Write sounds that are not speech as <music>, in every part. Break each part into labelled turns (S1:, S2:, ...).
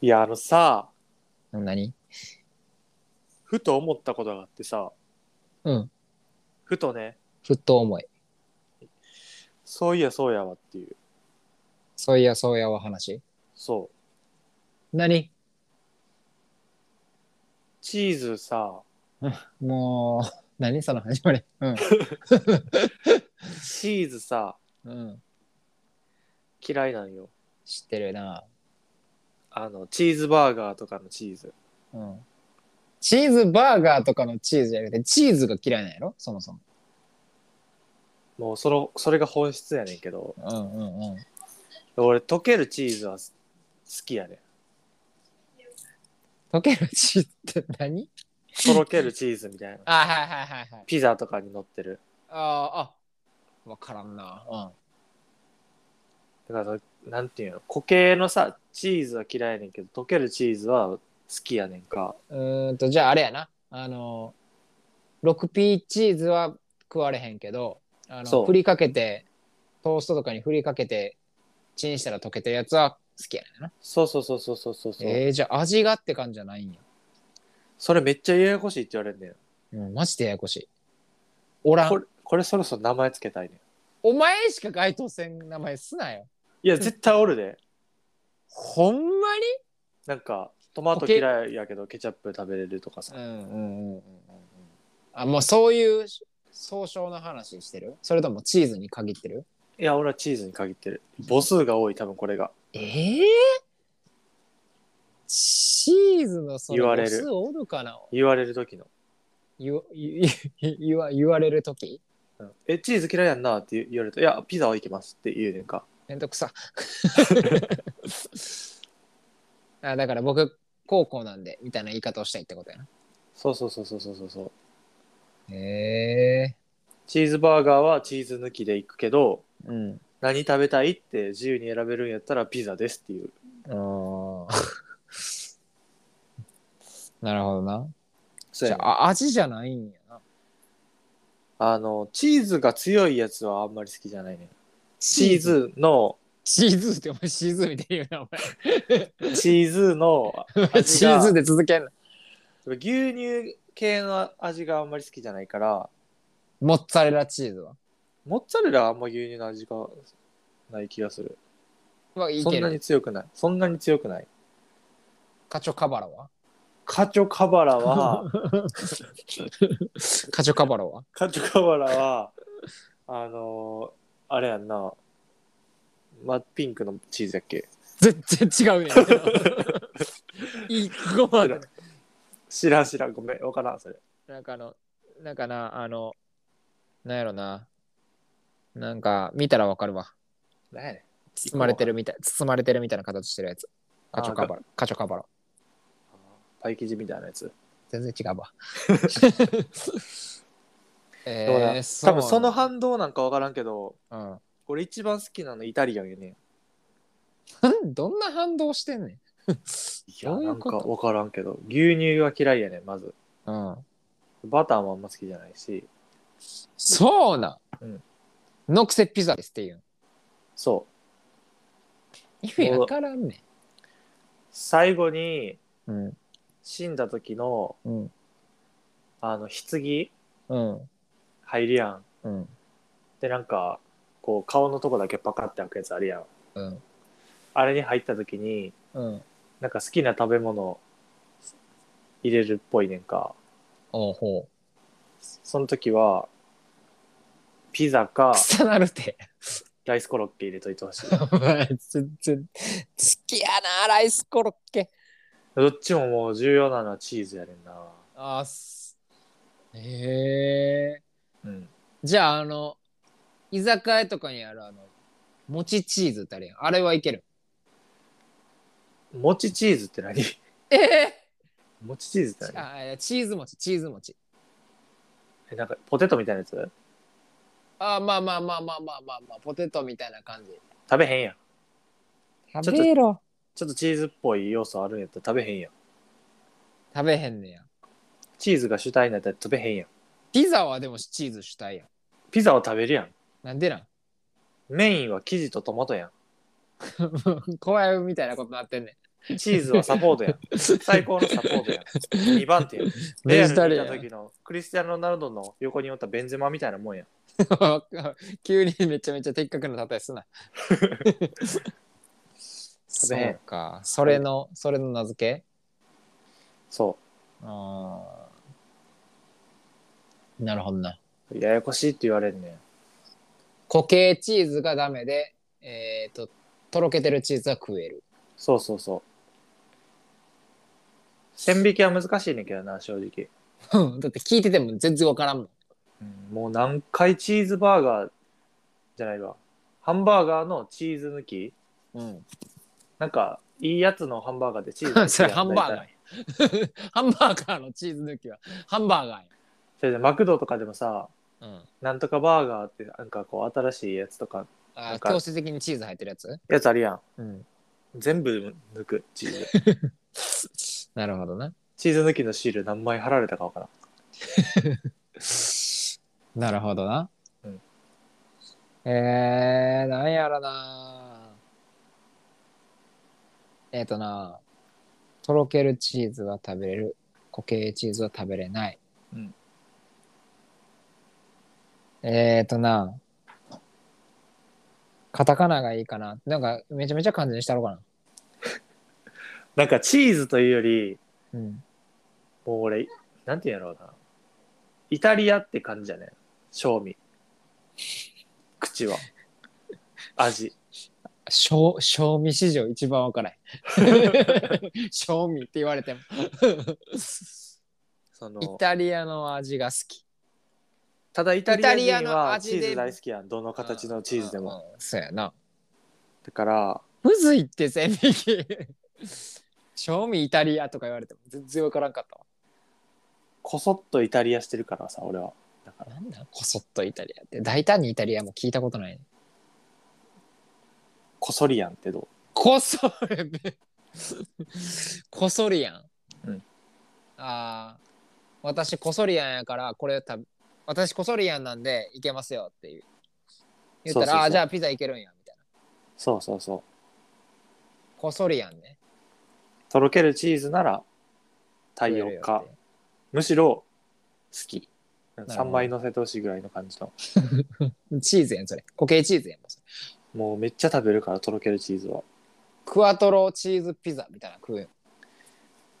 S1: いやあのさ
S2: 何
S1: ふと思ったことがあってさ
S2: うん。
S1: ふとね
S2: ふっと思い。
S1: そういやそうやわっていう
S2: そういや、そういやは話。
S1: そう
S2: 何
S1: チーズさ
S2: もう、 <laughs> 何その始まり。うん。
S1: チーズさ
S2: うん。
S1: 嫌いなんよ
S2: 知ってるな。
S1: あのチーズバーガーとかのチーズ
S2: うん。チーズバーガーとかのチーズじゃなくて、チーズが嫌いなんやろそもそも。
S1: もうそのそれが本質やねんけど
S2: うんうんうん。
S1: 俺溶けるチーズは好きやねん
S2: 溶けるチーズって何
S1: とろけるチーズみたいな <laughs>
S2: あ、はいはいはいはい。
S1: ピザとかに乗ってる
S2: ああ、わからんな。うん。
S1: だからそのなんていうの固形のさチーズは嫌いねんけど溶けるチーズは好きやねんか
S2: うーんとじゃああれやなあの 6P チーズは食われへんけどあ
S1: そう
S2: のふりかけてトーストとかにふりかけてチンしたら溶けてるやつは好きやねんな
S1: そうそうそうそうそうそうそう、
S2: えー、じゃあ味がって感じじゃないんや、
S1: それめっちゃややこしいって言われんねん
S2: うん、マジでややこしいおら
S1: こ
S2: ん
S1: れこれそろそろ名前つけたいねん
S2: お前しか該当せん名前すなよ
S1: いや絶対おるで
S2: ほんまに
S1: なんかトマト嫌いやけどケチャップ食べれるとかさ
S2: うんうんうんうんうんあもうそういう総称の話してるそれともチーズに限ってる
S1: いや俺はチーズに限ってる母数が多い多分これが
S2: ええチーズのそ
S1: 言わ
S2: の
S1: れ
S2: ボ
S1: る
S2: スおるかな
S1: 言われる時の
S2: 言わ言言わ言われる時
S1: うんえチーズ嫌いやんなって言われたいやピザはいけますって言うねんか
S2: めんど
S1: <laughs>
S2: くさあだから僕高校なんでみたいな言い方をしたいってことやな
S1: そうそうそうそうそうそうそう
S2: へえ
S1: チーズバーガーはチーズ抜きでいくけど
S2: うん
S1: 何食べたいって自由に選べるんやったらピザですっていう
S2: ああなるほどな
S1: そ
S2: じ
S1: うや
S2: ゃ
S1: ねん
S2: ああ味じゃないんやな
S1: あのチーズが強いやつはあんまり好きじゃないねんチーズの
S2: チーズってお前チーズみたいに言うなお
S1: チーズの <laughs>
S2: 前
S1: 味
S2: チ
S1: が
S2: ーズで続けんの
S1: 牛乳系の味があんまり好きじゃないから
S2: モッツァレラチーズは
S1: モッツァレラはあんま牛乳の味がない気がする
S2: まあい
S1: そ
S2: け
S1: んな
S2: る
S1: に強くないそんなに強くない
S2: カチョカバラは
S1: カチョカバラ
S2: <laughs>
S1: は
S2: カチョカバラは
S1: カチョカバラはあのーあれやんなマピンクのチーズやっけ
S2: 全然違うねん <laughs> けどいいここまで
S1: 知らん知らんごめんわからんそれ
S2: なんかあのなんかなあのなんやろななんか見たらわかるわ
S1: 何やねん
S2: 包まれてるみたい包まれてるみたいな形してるやつカチョカバラカチョカバラ
S1: パイ生地みたいなやつ
S2: 全然違うわ <laughs> え
S1: どうだ
S2: ー、そう
S1: 多分その反動なんかわからんけど
S2: うん <laughs>
S1: 俺一番好きなのイタリアンやねん
S2: なんどんな反動してんねん
S1: いや
S2: どうい
S1: な
S2: うんこ
S1: か
S2: と
S1: わからんけど牛乳は嫌いやねんまず
S2: うん
S1: バターもあんま好きじゃないし
S2: そうな
S1: うんん、
S2: のくせピザですっていう
S1: そう
S2: 意味わからんね
S1: 最後に
S2: んうん
S1: 死んだ時の
S2: うん
S1: あの棺
S2: うん
S1: 入りやん
S2: うん
S1: でなんかこう顔のとこだけパカって開くやつあるやん
S2: うん
S1: あれに入った時に
S2: うん
S1: なんか好きな食べ物入れるっぽいねんか
S2: おうほう
S1: その時はピザか
S2: 臭なるて
S1: ライスコロッケ入れといてほしい
S2: お前全然好きやなライスコロッケ
S1: どっちももう重要なのはチーズやねんな
S2: あすへえ
S1: うん
S2: じゃああの居酒屋とかにあるあの餅チーズってあるやんあれはいける
S1: 餅チーズって何 <laughs>
S2: ええ
S1: 餅チーズって何
S2: あいやチーズ餅チーズ餅
S1: えなんかポテトみたいなやつ食
S2: あまあまあまあまあまあまあ、まあ、ポテトみたいな感じ
S1: べへんやん
S2: 食べろ
S1: ちょっとチーズっぽい要素あるんやったら食べへんやん
S2: 食べへんねや
S1: チーズが主体になったら食べへんやん
S2: ピザはでもチーズ主体やん。
S1: ピザを食べるやん。
S2: なんでなん
S1: メインは生地とトマトや
S2: 怖いみたいなことなってんね
S1: ん。チーズはサポー
S2: <laughs>
S1: トやん。最高のサポートやん。2番手やん。
S2: ん。
S1: レ
S2: ベ
S1: ア
S2: ジタ
S1: ルに
S2: リ
S1: い
S2: ア
S1: た
S2: ン
S1: 時。のクリスティアーノ・ロナルドの横におったベンゼマみたいなもんやん。
S2: 急にめちゃめちゃ的確な例えすな。そ
S1: べへん
S2: うか。それの、それの名付け
S1: そ
S2: あーなるほどな。
S1: う。ややこしいって言われんねん。
S2: 固形チーズがダメで、えっ、と、とろけてるチーズは食える。
S1: そうそうそう。線引きは難しいねんけどな、正直。
S2: うんだって聞いてても全然わからんもん。
S1: うんもう何回チーズバーガーじゃないわ。ハンバーガーのチーズ抜き
S2: うん、
S1: なんか、いいやつのハンバーガーでチーズ抜き。
S2: <laughs> それハンバーガーや。ハンバーガーのチーズ抜きはハンバーガ
S1: それでマクドとかでもさ、
S2: ーや。うん、
S1: なんとかバーガーってなんかこう新しいやつとか、
S2: あ
S1: なん
S2: ー
S1: か
S2: 強制的にチーズ入ってるやつ、
S1: やつあるやん。
S2: うん、
S1: 全部抜く、チーズ。
S2: <laughs> なるほどな。
S1: チーズ抜きのシール何枚貼られたかわからん。
S2: なるほどな。
S1: うん
S2: えー、なんやろな。えっ、とな、とろけるチーズは食べれる。固形チーズは食べれない。
S1: うん
S2: えっ、とな、カタカナがいいかな。なんか、めちゃめちゃ漢字にしたろうかな。
S1: なんかチーズというより、
S2: うん。
S1: もう俺、なんて言うんやろうな。イタリアって感じじゃね賞味。口は。味。
S2: 賞賞味史上一番
S1: <laughs>
S2: わからない。賞味って言われても。
S1: そ
S2: イ
S1: の
S2: タリアの味が好き。
S1: ただイタリア
S2: イタリア
S1: 人
S2: の
S1: はチ
S2: 味で
S1: ーズ大好きやん。どの形のチーズでも。
S2: うん。そうやな。
S1: だから、
S2: むずいって線引き。 <laughs> 賞味イタリアとか言われても全然わからんかったわ。
S1: こそっとイタリアしてるからさ、俺は。だから、
S2: なんだこそっとイタリアって。大胆にイタリアも聞いたことない、ね。
S1: こそりやんってど
S2: こそれ。 <laughs> こそりやん。
S1: うん
S2: ああ。私こそりやんやからこれ食べ私こそりやんなんでいけますよっていう。言った
S1: そうそ
S2: ら
S1: うそう
S2: あーじゃあピザいけるんやみたいな。
S1: うそうそうそう。
S2: こそりやんね。
S1: とろけるチーズなら、太陽か。むしろ、好き。
S2: ど
S1: 3枚乗せてほしいぐらいの感じの。
S2: チーズやんそれ。固形チーズやんもうそれ
S1: もうめっちゃ食べるから、とろけるチーズは。
S2: クワトロチーズピザみたいなの食うよ。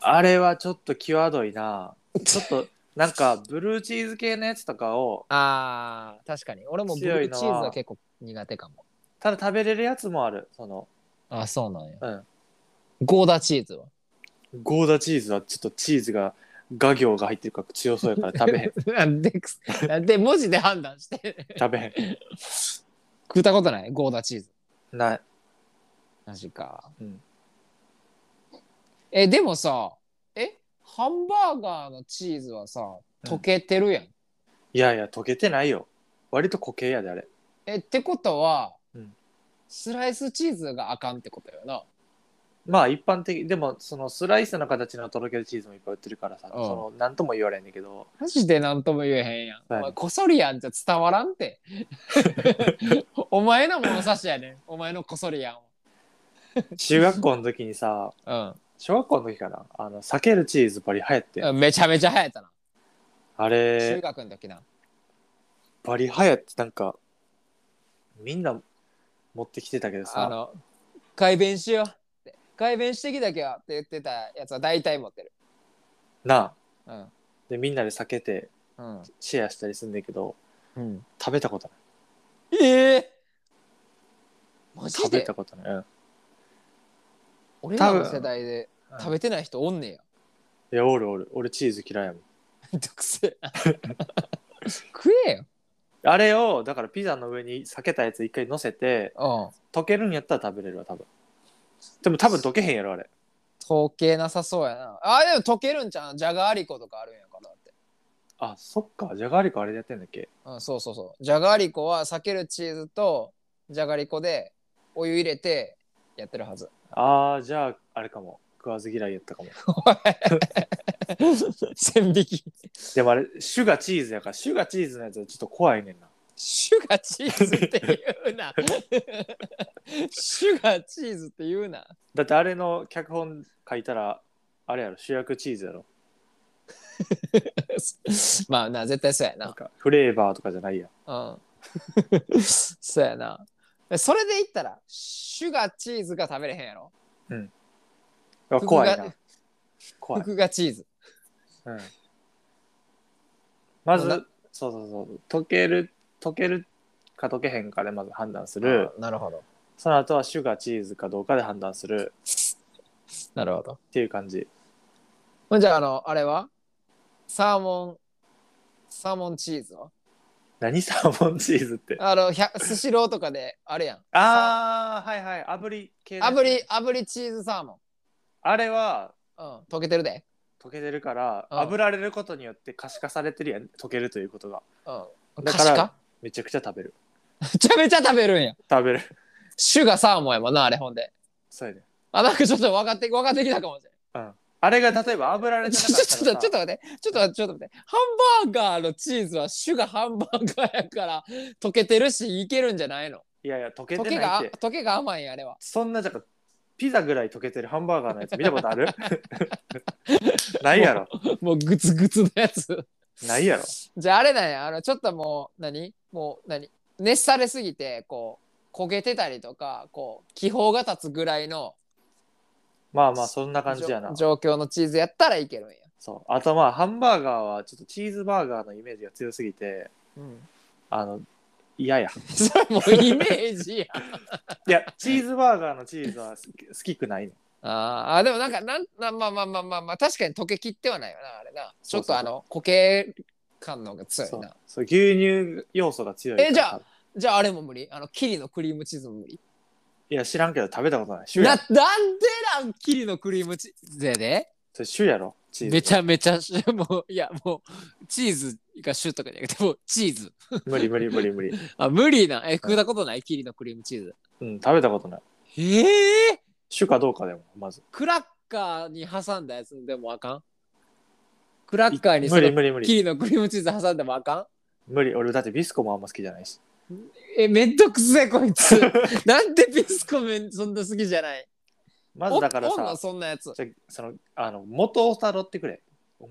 S1: あれはちょっと際どいな。ちょっ
S2: <laughs>
S1: となんかブルーチーズ系のやつとかを
S2: あー確かに俺もブルーチーズは結構苦手かも
S1: ただ食べれるやつもある。その
S2: あそうなんや、
S1: うん
S2: ゴーダチーズは
S1: ゴーダチーズはちょっとチーズが画行が入ってるから強そうやから食べへん
S2: <laughs> なんでくすなんで文字で判断して <laughs>
S1: 食べへん。
S2: 食ったことないゴーダチーズ
S1: ない。
S2: マジか、
S1: うん
S2: えでもさえハンバーガーのチーズはさ溶けてるやん、
S1: いやいや溶けてないよ。割と固形やであれ。
S2: えってことは、
S1: うん
S2: スライスチーズがあかんってことよな
S1: まあ一般的でもそのスライスの形のとろけるチーズもいっぱい売ってるからさ、
S2: うん
S1: そのなんとも言われんねんけど
S2: マジで何とも言えへんやん。お
S1: はい
S2: 前こそりやんじゃ伝わら
S1: <laughs>
S2: んて。お前の物差しやねん。お前のこそりやん
S1: 中学校の時に
S2: <laughs>
S1: さ
S2: は。
S1: 小学校の時かなあの避けるチーズバリ流行ってん、
S2: うん。めちゃめちゃ流行ったな。
S1: あ
S2: 中
S1: れ
S2: 学の時な。
S1: バリハヤってなんかみんな持ってきてたけど
S2: あ
S1: さ
S2: の、改弁しようって。改弁してきたけよって言ってたやつは大体持ってる。
S1: なあ
S2: うん。
S1: でみんなで避けて
S2: うん。
S1: シェアしたりすんだけど
S2: うん、
S1: 食べたことない
S2: ええマジ
S1: 食べ
S2: で
S1: たことない、うん
S2: 俺らの世代で食べてない人おんねや。
S1: いやおるおる俺チーズ嫌いやもん
S2: めんど
S1: <laughs>
S2: くせえ。食えよ。
S1: あれをだからピザの上に避けたやつ一回乗せて
S2: うん。
S1: 溶けるんやったら食べれるわ多分でも多分溶けへんやろあれ
S2: 溶けなさそうやな。あ、でも溶けるんちゃうじゃがりことかあるんやからだって。
S1: あそっかじゃがりこあれでやってんだっけ
S2: うん、そうそうそう。じゃがりこは避けるチーズとじゃがりこでお湯入れてやってるはず。
S1: あーじゃああれかも食わず嫌いやったかも
S2: 千匹。
S1: でもあれ、シュガチーズやから、シュガチーズのやつはちょっと怖いねんな。
S2: シュガチーズって言うな。シュガチーズって言うな。 <laughs>
S1: だってあれの脚本書いたら、あれやろ、主役チーズやろ。
S2: まあな、絶対そうや
S1: なん
S2: な。
S1: かフレーバーとかじゃないやん。
S2: うん。 <laughs> そうやな。それで言ったら、シュガチーズが食べれへんやろ。
S1: あ怖い
S2: 服
S1: な
S2: が。
S1: 怖い。
S2: 服がチーズ。
S1: うん、まず
S2: な
S1: そうそうそう溶ける溶けるか溶けへんかでまず判断する
S2: なるほど。
S1: その後はシュガーチーズかどうかで判断する
S2: なるほど。
S1: っていう感じ
S2: ほんじゃあ、あの、あれはサーモン、サーモンチーズは
S1: 何サーモンチーズって
S2: あの、ひゃスシローとかで、あれやん。
S1: あーはいはい炙り系のやつ
S2: 炙り、炙りチーズサーモ
S1: あれは
S2: ン。うん、溶けてるで。
S1: 溶けてるから
S2: うん
S1: 炙られることによって可視化されてるやん溶けるということが
S2: うん。
S1: だ
S2: だ
S1: か
S2: からら、
S1: めちゃくちゃ食べる
S2: めちゃめちゃ食べるんや。
S1: 食べる
S2: シュガサーモンやもんな、あれ、ほんで。
S1: そうやね
S2: あ、なんかちょっと分かって、分かってきたかもしれない。
S1: あれが例えば炙られてなか
S2: ちょ
S1: ったら
S2: ちょっと、ちょっ
S1: と
S2: と待って、ちょっと待って、ちょっと待って。ハンバーガーのチーズはシュガハンバーガーやから溶けてるし、いけるんじゃないの
S1: いやいや溶け
S2: 溶
S1: て
S2: け
S1: ないっ
S2: が
S1: て、
S2: 溶けが甘いんや、あれは。
S1: そんなじゃピザぐらい溶けてるハンバーガーのやつ見たことある <laughs> ないやろ
S2: もうグツグツのやつ。
S1: ないやろ
S2: じゃああれなんや、あの、ちょっともう、何もう、何熱されすぎて、こう、焦げてたりとか、こう、気泡が立つぐらいの
S1: まあまあそんな感じやな
S2: じょ状況のチーズやったらいけるんや。
S1: そうあとまあハンバーガーはちょっとチーズバーガーのイメージが強すぎて
S2: うん。 <laughs>
S1: あの嫌や
S2: それもうイメージや。
S1: いやチーズバーガーのチーズは好き好きくないね
S2: あーあ、でもなんか、なん、なまあまあまあまあまあ、確かに溶けきってはないよな、あれな。ちょっ
S1: そうそう
S2: とあの、固形感の方が強い
S1: そう
S2: な。
S1: そう牛乳要素が強いから
S2: えじゃあじゃああれも無理あの、キリのクリームチーズも無理。
S1: いや知らんけど食べたことないシュ
S2: な、な
S1: や
S2: んでなん、キリのクリームチーズやで
S1: それシュやろチーズ
S2: めちゃめちゃ、もう、いや、もう、チーズがシュとかじゃなくて、もう、チーズ。
S1: 無理無理無理無理
S2: あ、無理な。え、食ったことないキリのクリームチーズ。
S1: うん食べたことない
S2: ええ
S1: シュかどうかでもまず
S2: クラッカーに挟んだやつでもあかんクラッカーにそ
S1: 無理
S2: の
S1: 無理無理
S2: キリのクリームチーズ挟んでもあか
S1: 無理俺だってビスコもあんま好きじゃないし
S2: んえ、めんどくせえ、こ
S1: <laughs>
S2: いつ。なんでビスコメンそんな好きじゃない
S1: まずだから
S2: おおんの
S1: さ
S2: そんなやつ。
S1: じゃそのあの元をたどってくれ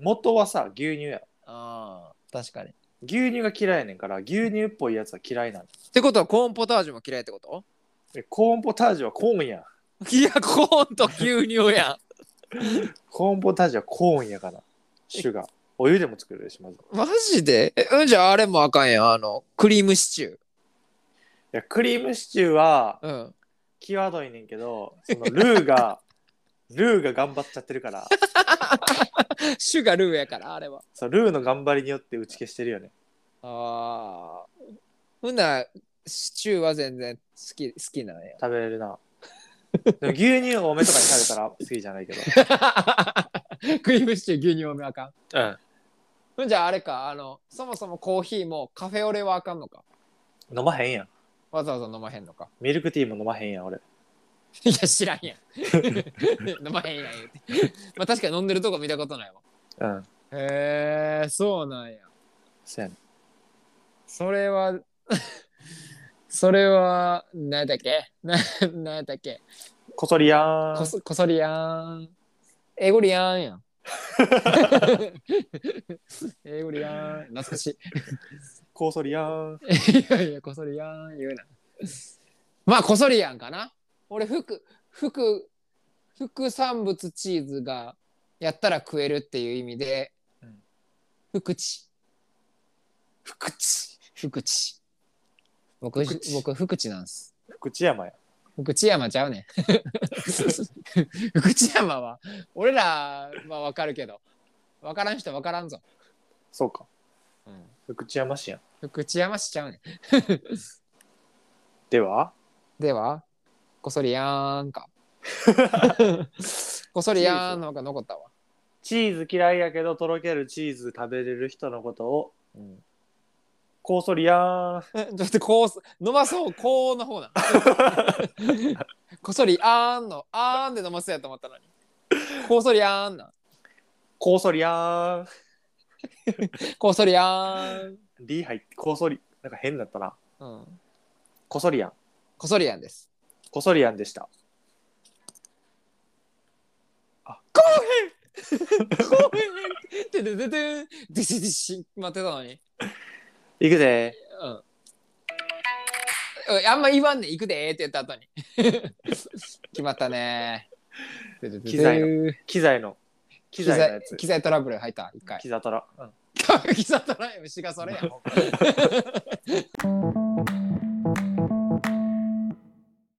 S1: 元はさ牛乳や
S2: ああ、確かに。っ
S1: 牛乳が嫌いやねんから牛乳っぽいやつは嫌いなの
S2: てことは、コーンポタージュも嫌いってこと <laughs>
S1: えコーンポタージュはコーンやん
S2: いや、コーンと牛乳やん。
S1: コーンポタージュはコーンやからシュガーお湯でも作れるしまずい
S2: マジでえ、うんじゃああれもあかんやん。あの、クリームシチュー。
S1: やクリームシチューは
S2: うん。 <laughs>
S1: 際どいねんけどそのルー <laughs> がルーが頑張っちゃってるから
S2: シュガルーやから、あれは。
S1: そうルーの頑張りによって打ち消してるよね
S2: ああ。ほんならシチューは全然好き、好きなんや。
S1: 食べれるなでも牛乳多めとかに食べたら好きじゃないけど
S2: <laughs> クリームシチュー、牛乳多めあかん。
S1: うん
S2: ほんじゃああれか、あの、そもそもコーヒーもカフェオレはあかんのか。
S1: 飲まへんやん
S2: わざわざ飲まへんのか。
S1: ミルクティーも飲まへんやん俺
S2: <laughs> いや、知らんやん。 <laughs> 飲まへんやん言うて。まあ確かに飲んでるとこ見たことないわ。
S1: うん
S2: へえ、そうなんや。
S1: そうやねん
S2: それは <laughs> それは何だっけ <laughs> な何だっけ
S1: こそりやー
S2: こ
S1: ん
S2: そこそりやんエゴリアンやんエゴリアン懐かし
S1: こそりやーん
S2: いいやいやこそりやん言うなまあこそりやんかな俺服服副産物チーズがやったら食えるっていう意味で
S1: うん
S2: 福地
S1: 福知
S2: 福地僕
S1: 福地
S2: 僕福地なんです
S1: 福知山や
S2: 福知山ちゃうねん。福知山は俺らはわかるけどわからん人わからんぞ。
S1: そうか
S2: うん、
S1: 福知山市やん
S2: 福知山市ちゃうねん。
S1: では
S2: ではこそりやーん <laughs> か。こそりやーんの方が残ったわ。
S1: チーズ嫌いやけどとろけるチーズ食べれる人のことを、うん、コーソリアーン
S2: えちょっとこう飲まそうこうの <laughs> 方な。こそりあーんのあーんで飲まそうやと思ったのに。こそりあーんな。
S1: コーソリアーン。
S2: コソリアン。
S1: リー入って、コーソリ、なんか変だったな。
S2: うん。
S1: コソリアン。
S2: コソリアンです。
S1: コソリアンでした。
S2: コーヘンコーヘンててててんデシデシ待ってたのに。
S1: いくぜ。
S2: うん。うんあんま言わんねん行くでーって言った後に。 <laughs> 決まったねー。
S1: 機材機材の、機
S2: 機
S1: 材のや
S2: 材
S1: つ。
S2: 機材トラブル入った一回
S1: キ。ザトラ。うん
S2: <laughs> キザトライムシがそれやん。